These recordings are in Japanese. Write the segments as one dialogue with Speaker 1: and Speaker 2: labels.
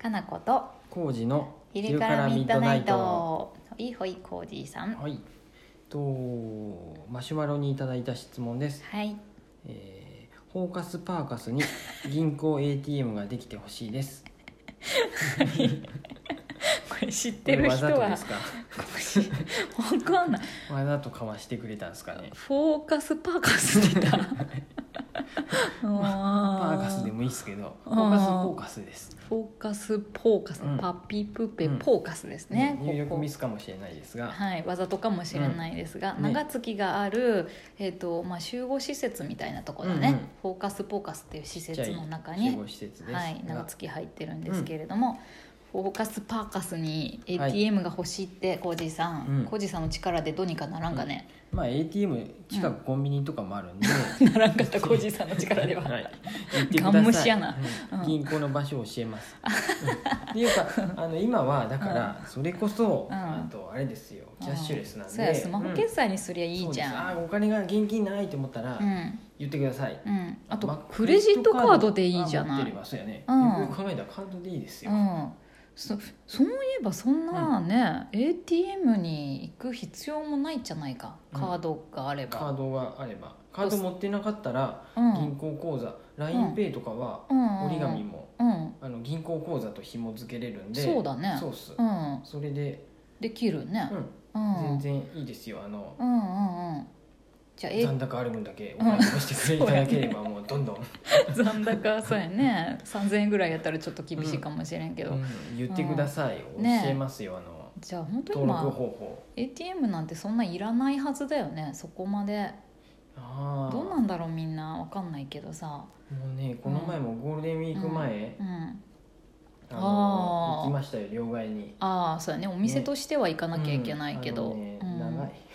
Speaker 1: かなこと
Speaker 2: 工事の
Speaker 1: 昼からミッドナイトいいほいこうじさん
Speaker 2: はいとマシュマロにいただいた質問です、
Speaker 1: はい
Speaker 2: えー、フォーカスパーカス に銀行 ATM ができてほしいです
Speaker 1: これ知っ
Speaker 2: こ
Speaker 1: て
Speaker 2: れ
Speaker 1: る人
Speaker 2: わざと
Speaker 1: は
Speaker 2: ですか
Speaker 1: 分 かんない
Speaker 2: わざとかましてくれたんですかね
Speaker 1: フォーカスパーカス出た
Speaker 2: パ
Speaker 1: あ
Speaker 2: ーカスでもいいですけど
Speaker 1: あ
Speaker 2: フ
Speaker 1: ー
Speaker 2: ォーカスフォーカスです、
Speaker 1: フォーカスポーカス、
Speaker 2: うん
Speaker 1: パピプペ
Speaker 2: うん
Speaker 1: ポーカスですね、
Speaker 2: 入力
Speaker 1: ここ
Speaker 2: ミスかもしれないですが
Speaker 1: はい、わざとかもしれないですが、
Speaker 2: うんね
Speaker 1: 長月がある、えーとまあ、集合施設みたいなところだね、
Speaker 2: うんうん
Speaker 1: フォーカスポーカスっていう施
Speaker 2: ちっちゃ
Speaker 1: 設
Speaker 2: い
Speaker 1: の中
Speaker 2: 集
Speaker 1: に
Speaker 2: 合施設ですが、
Speaker 1: はい、長月入ってるんですけれども、フォーカスパーカスに
Speaker 2: はい
Speaker 1: ATM が欲しいってコージーさん、
Speaker 2: うん
Speaker 1: コージーさんの力でどうにかならんかね、
Speaker 2: まあ ATM 近くコンビニとかもあるんで、
Speaker 1: ならんかったコージーさんの力では、
Speaker 2: はい、言ってくだ
Speaker 1: ガン無
Speaker 2: さ
Speaker 1: 視
Speaker 2: い
Speaker 1: やな
Speaker 2: うん
Speaker 1: うん
Speaker 2: 銀行の場所を教えます、うんっていうかあの今はだからそれこそ、
Speaker 1: うん
Speaker 2: あとあれですよキャッシュレスなんで、
Speaker 1: そうやスマホ決
Speaker 2: 済
Speaker 1: 済にすりゃいいじゃ
Speaker 2: あ
Speaker 1: ん、
Speaker 2: ーお金が現金ないと思ったら
Speaker 1: うんうん
Speaker 2: 言ってください、
Speaker 1: あと
Speaker 2: ま
Speaker 1: クレジットカードでいいじゃ
Speaker 2: あ持
Speaker 1: な
Speaker 2: っ
Speaker 1: い
Speaker 2: てればそうやね、
Speaker 1: うん
Speaker 2: よく考えたらカードでいいですよ、
Speaker 1: うん、そそういえばそんなね、ATM に行く必要もないじゃないか
Speaker 2: うん
Speaker 1: カードがあれ
Speaker 2: カ
Speaker 1: ば、
Speaker 2: ードがあればカード持ってなかったら
Speaker 1: うん
Speaker 2: 銀行口座 LINEPay とかは
Speaker 1: うん、
Speaker 2: 折り紙も
Speaker 1: うん、
Speaker 2: あの銀行口座と紐付けれるんで
Speaker 1: そうだね
Speaker 2: そうっす、
Speaker 1: うん、
Speaker 2: それで、
Speaker 1: できるね
Speaker 2: う、ん、
Speaker 1: うん、
Speaker 2: 全然いいですよあの
Speaker 1: うんうんうんじゃあ、
Speaker 2: 残
Speaker 1: え
Speaker 2: 高ある分だけお金をしてくれいただ ければもうどんどん、
Speaker 1: 残高そうやね3000円ぐらいやったらちょっと厳しいかもしれんけど、
Speaker 2: うん言ってください、
Speaker 1: うんね
Speaker 2: 教えますよあの
Speaker 1: じゃあ本当に
Speaker 2: 登録方
Speaker 1: 今
Speaker 2: 法
Speaker 1: ATM なんてそんないらないはずだよねそこまで
Speaker 2: ああ
Speaker 1: どうなんだろうみんなわかんないけどさ
Speaker 2: もうねこの前もゴールデンウィーク前、
Speaker 1: うん
Speaker 2: あの
Speaker 1: あー
Speaker 2: 行きましたよ両替に
Speaker 1: ああそうやねお店
Speaker 2: ね
Speaker 1: としては行かなきゃいけないけど、
Speaker 2: うんあのね
Speaker 1: うん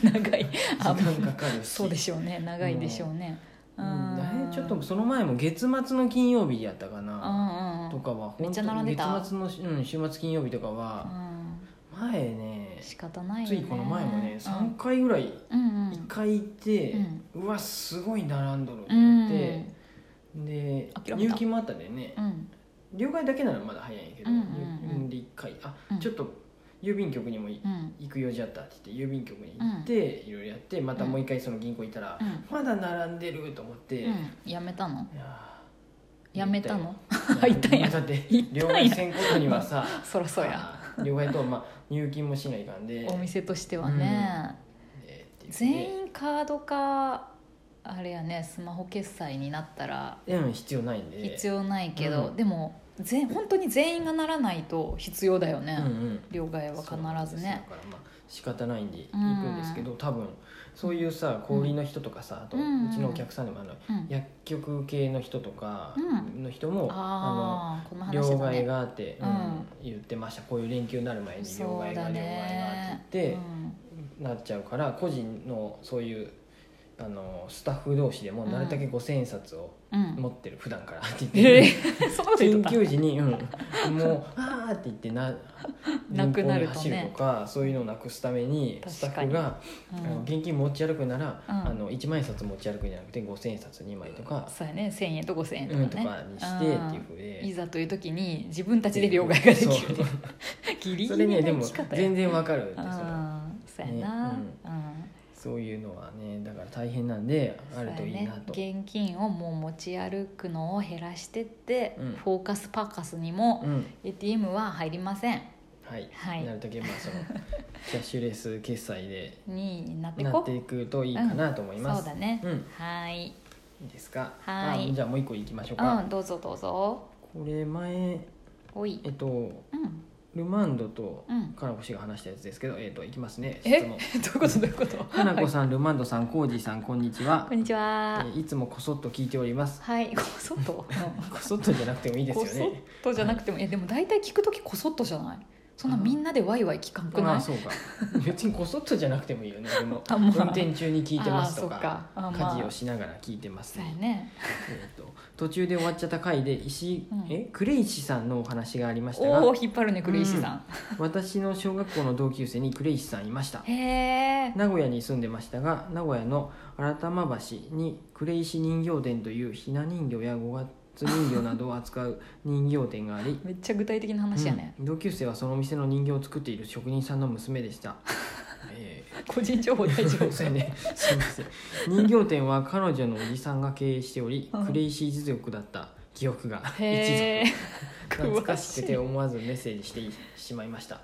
Speaker 2: 長い
Speaker 1: 長い
Speaker 2: 時
Speaker 1: あ
Speaker 2: 間かかる し
Speaker 1: そうでしょうね長いでしょうね
Speaker 2: う
Speaker 1: うんん
Speaker 2: ねちょっとその前も月末の金曜日やったか
Speaker 1: うん
Speaker 2: な
Speaker 1: うんう
Speaker 2: と
Speaker 1: ん
Speaker 2: かは
Speaker 1: めっ
Speaker 2: 本
Speaker 1: ちゃ
Speaker 2: 当
Speaker 1: 並んで
Speaker 2: に
Speaker 1: た
Speaker 2: 月末の、うん、週末金曜日とかは
Speaker 1: う
Speaker 2: 前ね
Speaker 1: ん仕方ないよ
Speaker 2: つ
Speaker 1: ね
Speaker 2: いこの前もね
Speaker 1: うん
Speaker 2: 3回ぐらい
Speaker 1: うん
Speaker 2: 一回行って、うわすごい並んどると思
Speaker 1: うん
Speaker 2: っ
Speaker 1: う
Speaker 2: て
Speaker 1: ん、
Speaker 2: で
Speaker 1: 諦めた
Speaker 2: 入金もあったんでね
Speaker 1: うん
Speaker 2: 両替だけならまだ早いんやけど、
Speaker 1: うんうんうん
Speaker 2: 入金で一回あ、
Speaker 1: うん
Speaker 2: ちょっと郵便局にもい
Speaker 1: うん
Speaker 2: 行く用事あったって言って郵便局に行って、いろいろやってまたもう一回その銀行行ったら、
Speaker 1: うん
Speaker 2: まだ並んでると思って、
Speaker 1: う
Speaker 2: い
Speaker 1: んやめたの
Speaker 2: やー
Speaker 1: やめた の
Speaker 2: 行
Speaker 1: 入ったんや
Speaker 2: だって
Speaker 1: 行った
Speaker 2: 両
Speaker 1: んや
Speaker 2: 替せんことに はさ
Speaker 1: そらそうや
Speaker 2: あー両替と、まあ、入金もしないかんで
Speaker 1: お店としてはね、
Speaker 2: えーって言って
Speaker 1: 全員カードかあれやねスマホ決済になったら
Speaker 2: うん必要ないんで
Speaker 1: 必要ないけど、
Speaker 2: うん
Speaker 1: でもぜ本当に全員がならないと必要だよね、
Speaker 2: うんうん
Speaker 1: 両替は必ずね
Speaker 2: そうなんですだからまあ仕方ないんで行くんですけど、多分そういうさ小売りの人とかさ、あとう
Speaker 1: うんうん
Speaker 2: ちのお客さんでもあの、
Speaker 1: うん
Speaker 2: 薬局系の人とか
Speaker 1: う
Speaker 2: の人も、あ
Speaker 1: ああこの
Speaker 2: の両
Speaker 1: 話だ
Speaker 2: 替
Speaker 1: ね
Speaker 2: があって、うん
Speaker 1: うん
Speaker 2: 言ってましたこういう連休になる前に両
Speaker 1: そ
Speaker 2: 替
Speaker 1: う
Speaker 2: が
Speaker 1: だ
Speaker 2: 両替がっ
Speaker 1: ね
Speaker 2: て言って、なっちゃうから個人のそういう。あのスタッフ同士でもなるだけ5,000円札を
Speaker 1: うんうん
Speaker 2: 持ってる、普段からって言って、
Speaker 1: えー そんなこと言っ
Speaker 2: 緊
Speaker 1: とっ
Speaker 2: 急時に、うん、 もう「あー」って言ってな
Speaker 1: なくなるとね
Speaker 2: 銀行に走るとかそういうのをなくすためにスタ
Speaker 1: 確か
Speaker 2: ッ
Speaker 1: に
Speaker 2: フが、
Speaker 1: た、う
Speaker 2: あの
Speaker 1: ん、
Speaker 2: 現金持ち歩くなら、
Speaker 1: うん
Speaker 2: あの1万円札持ち歩くんじゃなくて5,000円札2枚とか、
Speaker 1: そうやね1000円と5000円
Speaker 2: う
Speaker 1: と
Speaker 2: ん、
Speaker 1: か
Speaker 2: と
Speaker 1: ね、
Speaker 2: かにしてっていうふう
Speaker 1: うんい
Speaker 2: で。
Speaker 1: ざという時に自分たちで両替ができ
Speaker 2: そう
Speaker 1: るギリギ
Speaker 2: それね
Speaker 1: リ
Speaker 2: で
Speaker 1: の
Speaker 2: も
Speaker 1: 生き方や
Speaker 2: 全然わかるってその
Speaker 1: あーそうやな、
Speaker 2: ねそういうのはねだから大変なんで
Speaker 1: うん
Speaker 2: あるといいなと
Speaker 1: そうやね、現金をもう持ち歩くのを減らしてって、
Speaker 2: うん
Speaker 1: フォーカスパーカスにも
Speaker 2: うん
Speaker 1: ATM は入りません
Speaker 2: はい、
Speaker 1: はい
Speaker 2: なるだけまあそのキャッシュレス決 済で
Speaker 1: になって
Speaker 2: な
Speaker 1: こ
Speaker 2: っていくといいかなと思います、
Speaker 1: そうだね、
Speaker 2: うん
Speaker 1: はい
Speaker 2: いいですか
Speaker 1: はい
Speaker 2: あじゃあもう一個いきましょう
Speaker 1: う
Speaker 2: か、
Speaker 1: んどうぞどうぞ
Speaker 2: これ前
Speaker 1: おい
Speaker 2: えっと
Speaker 1: うん
Speaker 2: ルマンドと
Speaker 1: うん
Speaker 2: かなこ氏が話したやつですけど、えっといきますね
Speaker 1: え
Speaker 2: 質
Speaker 1: どう
Speaker 2: 問
Speaker 1: いうことどういう こと
Speaker 2: かなこさんルマンドさんコージーさんこんにちは
Speaker 1: こんにち
Speaker 2: え
Speaker 1: は
Speaker 2: ーいつもこそっと聞いております
Speaker 1: はい こそっと
Speaker 2: こそっとじゃなくてもいいです
Speaker 1: こ
Speaker 2: よ
Speaker 1: そっ
Speaker 2: ね
Speaker 1: とじゃなくてもいやでも大体聞く時こそっとじゃないそんなみんなでワイワイ聞かんく
Speaker 2: ま
Speaker 1: ない
Speaker 2: あそうか別にこそっとじゃなくてもいいよねでも
Speaker 1: あ
Speaker 2: 運
Speaker 1: まあ
Speaker 2: 転中に聞いてますとか
Speaker 1: あーそっかあまあ
Speaker 2: 家事をしながら聞いてます、
Speaker 1: そうやね
Speaker 2: えっと途中で終わっちゃった回で石、
Speaker 1: うん
Speaker 2: えクレイシさんのお話がありましたが
Speaker 1: おお引っ張るねクレイシーさ
Speaker 2: 私の小学校の同級生にクレイシさんいました
Speaker 1: んへえ
Speaker 2: 名古屋に住んでましたが名古屋の新玉橋にクレイシ人形店というひな人形や五骨人形などを扱う人形店があり
Speaker 1: めっちゃ具体的な話やね、
Speaker 2: うん同級生はその店の人形を作っている職人さんの娘 でした、えー
Speaker 1: 個人情報大 丈夫
Speaker 2: そうやねすいません人形店は彼女のおじさんが経営しており
Speaker 1: うん
Speaker 2: クレイシー一族だった記憶が
Speaker 1: へえ
Speaker 2: 一族懐か
Speaker 1: 詳
Speaker 2: し
Speaker 1: し
Speaker 2: く
Speaker 1: い
Speaker 2: て思わずメッセージしてしまいました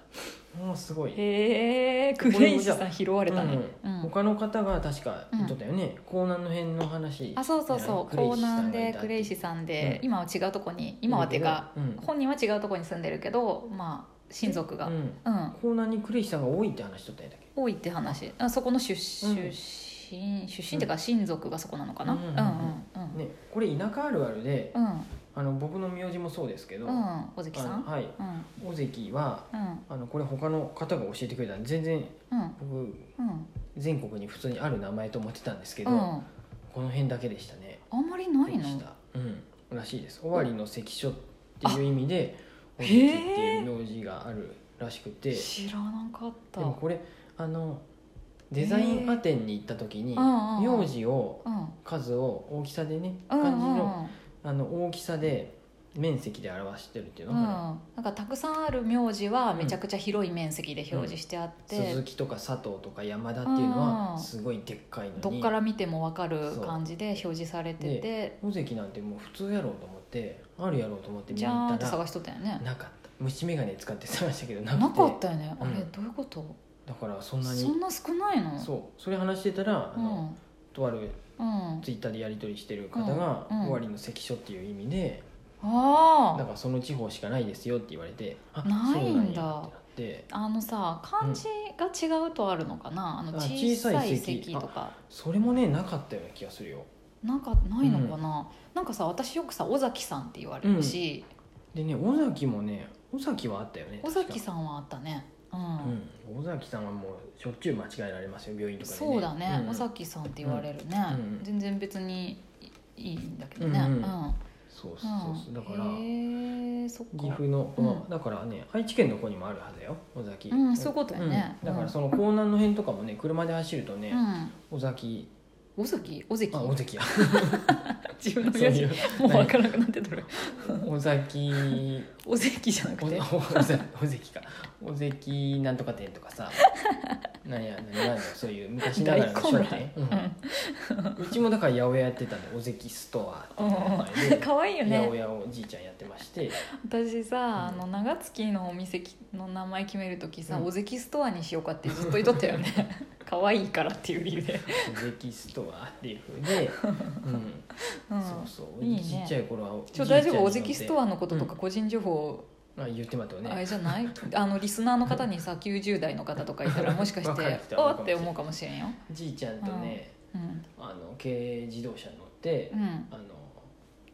Speaker 2: もうすごい
Speaker 1: へえクレイジーさん拾われたね
Speaker 2: うん
Speaker 1: うん
Speaker 2: 他の方が確か言っとったよね、江南の辺の話
Speaker 1: あそうそうそう江南でクレイシ
Speaker 2: ー
Speaker 1: ーさんで、
Speaker 2: うん
Speaker 1: 今は違うとこに今はてか、
Speaker 2: うん
Speaker 1: 本人は違うとこに住んでるけどまあ親族が、
Speaker 2: う
Speaker 1: うん
Speaker 2: ん、江南にクレイシーさんが多いって話しとったんやだけ
Speaker 1: 多いって話あそこの出身、
Speaker 2: う
Speaker 1: 出
Speaker 2: ん
Speaker 1: 身出身っていうか親族がそこなのかな
Speaker 2: う
Speaker 1: うんん
Speaker 2: う
Speaker 1: うんん
Speaker 2: うん
Speaker 1: うん
Speaker 2: ねこれ田舎あるあるで、
Speaker 1: うん
Speaker 2: あの僕の名字もそうですけど、
Speaker 1: う
Speaker 2: あ
Speaker 1: ん小関さ
Speaker 2: の
Speaker 1: ん
Speaker 2: はい
Speaker 1: うん
Speaker 2: 尾関は
Speaker 1: うん
Speaker 2: あのこれ他の方が教えてくれたんで全然
Speaker 1: うん
Speaker 2: 僕
Speaker 1: うん
Speaker 2: 全国に普通にある名前と思ってたんですけど、
Speaker 1: うん
Speaker 2: この辺だけでしたね
Speaker 1: あんまりない
Speaker 2: びっくり
Speaker 1: の
Speaker 2: したうん、らしいです尾張の関所っていう意味で
Speaker 1: あ
Speaker 2: 尾関っていう名字があるらしくてで
Speaker 1: 知らなかった
Speaker 2: もこれあのデザインアテンに行った時に
Speaker 1: へーうんうんうん
Speaker 2: 名字を
Speaker 1: うん
Speaker 2: 数を大きさでね
Speaker 1: うん
Speaker 2: 漢
Speaker 1: う
Speaker 2: 字
Speaker 1: ん
Speaker 2: のあの大きさで面積で表してるっていう
Speaker 1: う
Speaker 2: の
Speaker 1: ん、
Speaker 2: かな、
Speaker 1: なんかたくさんある名字はめちゃくちゃ広い面積で表示してあって、
Speaker 2: 鈴木とか佐藤とか山田っていうのは
Speaker 1: うん
Speaker 2: すごいでっかいのに
Speaker 1: どっから見ても分かる感じで表示されてて
Speaker 2: 尾関なんてもう普通やろうと思ってあるやろうと思って見に
Speaker 1: じゃーん
Speaker 2: 行
Speaker 1: っ
Speaker 2: ってたら
Speaker 1: 探しとったよね
Speaker 2: なかった虫眼鏡使って探したけどなくて
Speaker 1: なかったよね
Speaker 2: う
Speaker 1: あ
Speaker 2: ん
Speaker 1: れどういうこと
Speaker 2: だからそんなに
Speaker 1: そんな少ないの
Speaker 2: そうそれ話してたら、あ
Speaker 1: う
Speaker 2: の
Speaker 1: ん
Speaker 2: とある
Speaker 1: うん
Speaker 2: ツイッターでやり取りしてる方が「
Speaker 1: うんうん
Speaker 2: 尾張の関所」っていう意味で、
Speaker 1: あ
Speaker 2: だ
Speaker 1: あ
Speaker 2: からその地方しかないですよって言われて「あ
Speaker 1: ないんだ
Speaker 2: そうなんやってなって
Speaker 1: あのさ漢字が違うとあるのかな、あの
Speaker 2: あ
Speaker 1: 小さい
Speaker 2: 小さい
Speaker 1: 席
Speaker 2: 席
Speaker 1: とか
Speaker 2: それもねなかったような気がするよ
Speaker 1: なんかないのかな、なんかさ私よくさ尾崎さんって言われるし、
Speaker 2: でね尾崎もね尾崎はあったよね
Speaker 1: 尾崎
Speaker 2: さ
Speaker 1: さんはあったねうん、
Speaker 2: うん、尾崎さんはもうしょっちゅう間違えられますよ病院とかで、
Speaker 1: そうだね、
Speaker 2: ん
Speaker 1: 尾崎さんって言われるね、
Speaker 2: うんうん
Speaker 1: 全然別にいいいんだけどね
Speaker 2: う
Speaker 1: うんん、
Speaker 2: う
Speaker 1: うんん
Speaker 2: そうそうそう、だから
Speaker 1: へえそっか
Speaker 2: 岐阜の、
Speaker 1: うん
Speaker 2: まあだからね愛知県の子にもあるはずだよ尾崎、
Speaker 1: うんそういうことやね
Speaker 2: だから
Speaker 1: うん
Speaker 2: その江南の辺とかもね車で走るとね、
Speaker 1: うん
Speaker 2: 尾崎
Speaker 1: 尾崎尾関
Speaker 2: あ尾関や
Speaker 1: 自分の
Speaker 2: そう
Speaker 1: 名字
Speaker 2: いう
Speaker 1: もう分からなくなってたら
Speaker 2: 尾崎
Speaker 1: 尾関じゃな
Speaker 2: 尾
Speaker 1: くて
Speaker 2: 尾崎尾関か尾関なんとか店と かさなんや何やそういう昔ながら
Speaker 1: 大
Speaker 2: の
Speaker 1: 混
Speaker 2: 商
Speaker 1: 乱
Speaker 2: 店、
Speaker 1: う
Speaker 2: うんうちもだから八百屋やってたんで尾関ストアっていうん
Speaker 1: 可愛いよ
Speaker 2: 名前で、八百
Speaker 1: ね
Speaker 2: 屋をおじいちゃんやってまして
Speaker 1: 私さあ
Speaker 2: うん
Speaker 1: の長月のお店の名前決める時さ
Speaker 2: うん
Speaker 1: 尾関ストアにしようかってずっと言っとったよ ね可愛いからっていう理由で
Speaker 2: 尾関ストアっていうふ うで、うん
Speaker 1: うん
Speaker 2: そうそう
Speaker 1: いいね
Speaker 2: ちっちゃい頃は
Speaker 1: ちょ大丈夫尾関スト
Speaker 2: ア
Speaker 1: アのこととか個人情報
Speaker 2: あ言ってまったよ
Speaker 1: あ
Speaker 2: ね
Speaker 1: れじゃ ないあのリスナーの方にさ90代の方とかいたらもしかし
Speaker 2: 若い
Speaker 1: て
Speaker 2: 人は
Speaker 1: お
Speaker 2: わか
Speaker 1: っ
Speaker 2: る
Speaker 1: て思うかもしれんよ、
Speaker 2: じいちゃんとね、
Speaker 1: うん
Speaker 2: あの軽自動車に乗って、
Speaker 1: うん、
Speaker 2: あの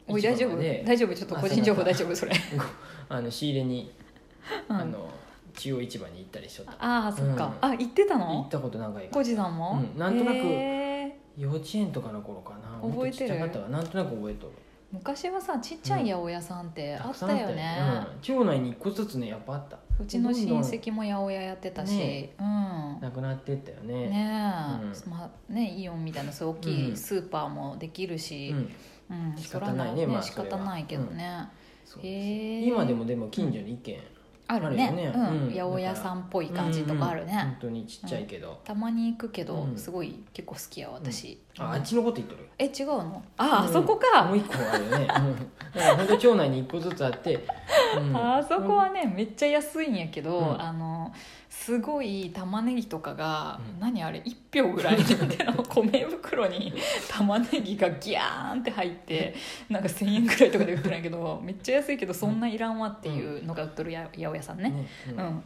Speaker 1: おい大丈
Speaker 2: 市場
Speaker 1: 夫
Speaker 2: まで
Speaker 1: 大丈夫ちょっと個人情報大丈夫それ、
Speaker 2: あの仕入れに、
Speaker 1: うん、
Speaker 2: あ
Speaker 1: あ
Speaker 2: の中央市場に行ったりしとった
Speaker 1: あーそっか、
Speaker 2: うん
Speaker 1: あ行ってた
Speaker 2: 行っ
Speaker 1: の
Speaker 2: たこと何回か
Speaker 1: コジさんも、
Speaker 2: うんなんとなく
Speaker 1: へー
Speaker 2: 幼稚園とかの頃かな
Speaker 1: 覚えてる
Speaker 2: もっとちっちゃかったわなんとなく覚えとる
Speaker 1: 昔はさちっちゃい八百屋さんってあったよね、
Speaker 2: うん、町内に一個ずつねやっぱあった
Speaker 1: うちの親戚も八百屋やってたし、
Speaker 2: ね
Speaker 1: うん
Speaker 2: なくなってったよね
Speaker 1: ねえ、
Speaker 2: うん
Speaker 1: まあねイオンみたいなそういう大きいスーパーもできるし
Speaker 2: う、ん、
Speaker 1: うん
Speaker 2: 仕方ないね
Speaker 1: そら
Speaker 2: まあ
Speaker 1: 仕
Speaker 2: それは
Speaker 1: 方ないけどね、
Speaker 2: そう
Speaker 1: へ
Speaker 2: です
Speaker 1: ー
Speaker 2: 今でもでも近所に一軒
Speaker 1: あるね
Speaker 2: あるよね
Speaker 1: うん
Speaker 2: うん
Speaker 1: 八百屋さんっぽい感じとかあるね、
Speaker 2: うんうん本当にちっちゃいけど、
Speaker 1: たまに行くけど、
Speaker 2: うん
Speaker 1: すごい結構好きや私、
Speaker 2: ああっちのこと言っとる
Speaker 1: え違うのあ、
Speaker 2: うん
Speaker 1: あそこ
Speaker 2: も
Speaker 1: か
Speaker 2: う、一個あるよね、うん、だから本当町内に一個ずつあって、うん
Speaker 1: あそこはねめっちゃ安いんやけど、
Speaker 2: うん
Speaker 1: あのすごい玉ねぎとかが、
Speaker 2: うん
Speaker 1: 何あれ1票ぐらいなんていうの米袋に玉ねぎがギャーンって入ってなんか1,000円ぐらいとかで売ってるんやけどめっちゃ安いけどそんないらんわっていうのが売っとるや八百屋さんね
Speaker 2: ね、う
Speaker 1: うんん、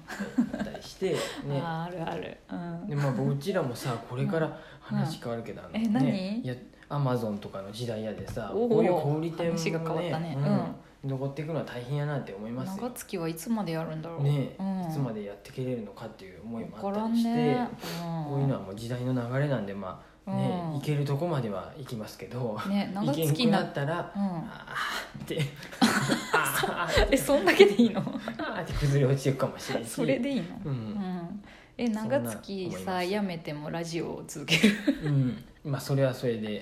Speaker 2: あったりして、ね、
Speaker 1: あーあるあるうん
Speaker 2: でまあうちらもさこれから話変わるけど、あの
Speaker 1: え
Speaker 2: ね
Speaker 1: 何
Speaker 2: いやアマゾンとかの時代やでさ
Speaker 1: おー
Speaker 2: こういう小売店も
Speaker 1: 話が変わったね
Speaker 2: うん残っていくのは大変やなって思います
Speaker 1: 長
Speaker 2: よ
Speaker 1: 月はいつまでやるんだろう、
Speaker 2: ね、
Speaker 1: うん、
Speaker 2: いつまでやっていけれるのかっていう思いもあ
Speaker 1: わ
Speaker 2: っ
Speaker 1: か
Speaker 2: た
Speaker 1: ら
Speaker 2: り
Speaker 1: ん
Speaker 2: して、
Speaker 1: ね、うん、
Speaker 2: こういうのはもう時代の流れなんでまあね、
Speaker 1: うん
Speaker 2: 行けるとこまでは行きますけど、
Speaker 1: ね長
Speaker 2: 行けん
Speaker 1: 月
Speaker 2: くな
Speaker 1: な
Speaker 2: ったら
Speaker 1: う
Speaker 2: あ
Speaker 1: ん
Speaker 2: ーってあー
Speaker 1: えそんだけでいいの
Speaker 2: あーって崩れ落ちていくかもしれないし
Speaker 1: それでいいの
Speaker 2: う、
Speaker 1: うんんえ長月
Speaker 2: そんな
Speaker 1: さ
Speaker 2: 思います
Speaker 1: やめてもラジオを続ける
Speaker 2: うん、まあそれはそれで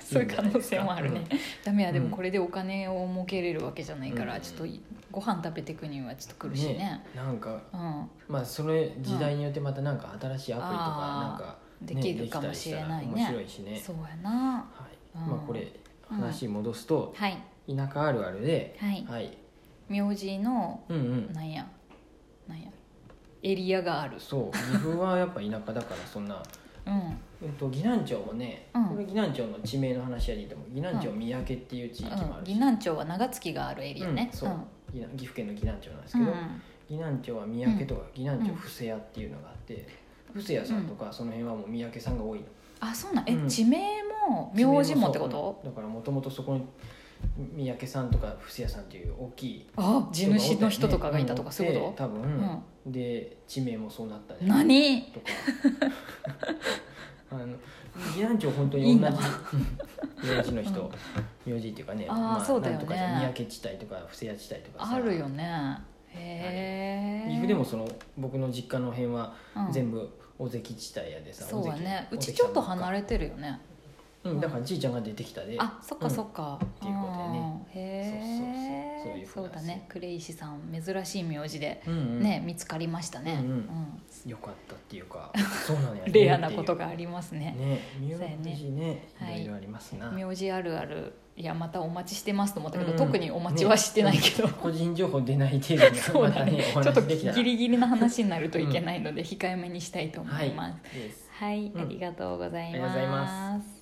Speaker 1: そういう可能性もあるね、ダメやで
Speaker 2: う
Speaker 1: も
Speaker 2: ん
Speaker 1: これでお金を儲けれるわけじゃないから、
Speaker 2: うん
Speaker 1: ちょっとご飯食べてくにはちょっと 苦しいね
Speaker 2: ねなんか
Speaker 1: うん
Speaker 2: まあそれ時代によってまたなんか新しいアプリと
Speaker 1: あー
Speaker 2: かなんか、
Speaker 1: で
Speaker 2: ね
Speaker 1: きるかもしれない
Speaker 2: でき
Speaker 1: ね
Speaker 2: たりしたら面白いしね
Speaker 1: そうやな
Speaker 2: はい
Speaker 1: うん
Speaker 2: まあこれ
Speaker 1: うん
Speaker 2: 話戻すと、
Speaker 1: はい
Speaker 2: 田舎あるあるで、
Speaker 1: はい
Speaker 2: はい、
Speaker 1: 名字の
Speaker 2: うんうん
Speaker 1: なんやなんやエリアがある
Speaker 2: そう岐阜はやっぱ田舎だからそんな、
Speaker 1: うん
Speaker 2: えっと、岐南町もね、
Speaker 1: うん
Speaker 2: これ岐南町の地名の話やでいいと思う岐南町三宅っていう地域もあ
Speaker 1: うん
Speaker 2: るし、
Speaker 1: 岐南町は長月があるエリアね
Speaker 2: うんそううん岐南岐阜県の岐南町なんです
Speaker 1: う
Speaker 2: けど、
Speaker 1: ん
Speaker 2: 岐南町は三宅とか、岐南町
Speaker 1: うん
Speaker 2: 布施屋っていうのがあって布施屋さんとかその辺はもう三宅さんが多いの
Speaker 1: あそうなんえ、
Speaker 2: うん
Speaker 1: 地名も名字もってこと
Speaker 2: そうだからもともとそこに三宅さんとか布施屋さんっていう大きい
Speaker 1: あ地主の人とかがいたとかそういう
Speaker 2: で
Speaker 1: こと
Speaker 2: 多分、で地名もそうなったね
Speaker 1: 何
Speaker 2: とかあの岐南町本当に同じ
Speaker 1: いいな
Speaker 2: 名字の人、名字っていうかね
Speaker 1: あーそうだよね
Speaker 2: なんとかじゃ三宅地帯とか布施屋地帯とかさ
Speaker 1: あるよねへえ
Speaker 2: 岐阜でもその僕の実家の辺は全部尾関地帯やでさ、
Speaker 1: そうだねう
Speaker 2: 尾関
Speaker 1: ちちょっと離
Speaker 2: れ
Speaker 1: れてるよね
Speaker 2: うんだからじいちゃんが出てきたで
Speaker 1: あそっかそっか、うん、
Speaker 2: っていうことやね
Speaker 1: へ
Speaker 2: そうそうそうそうい
Speaker 1: え
Speaker 2: うふう
Speaker 1: そ
Speaker 2: な
Speaker 1: うだねクレイシさん珍しい名字で
Speaker 2: うんうん
Speaker 1: ね、見つかりましたね、
Speaker 2: うんうん
Speaker 1: うん
Speaker 2: よかったっていうかそうなのやね
Speaker 1: レアなことがあり
Speaker 2: ま
Speaker 1: ますね
Speaker 2: ね見よ
Speaker 1: そうやね
Speaker 2: ねね
Speaker 1: はい
Speaker 2: いろいろありますな、
Speaker 1: 名字あるあるいやまたお待ちしてますと思ったけど、
Speaker 2: うん
Speaker 1: 特にお待ちはしてないけど、
Speaker 2: 個人情報出ない程度に
Speaker 1: そうだね
Speaker 2: ま
Speaker 1: ちょ
Speaker 2: たお
Speaker 1: っと
Speaker 2: 話できたら
Speaker 1: ギリギリな話になるといけないので、控えめにしたいと思
Speaker 2: はい
Speaker 1: います、
Speaker 2: です
Speaker 1: はい、
Speaker 2: うん
Speaker 1: ありがとうござい
Speaker 2: ありがとうござい
Speaker 1: ま
Speaker 2: ます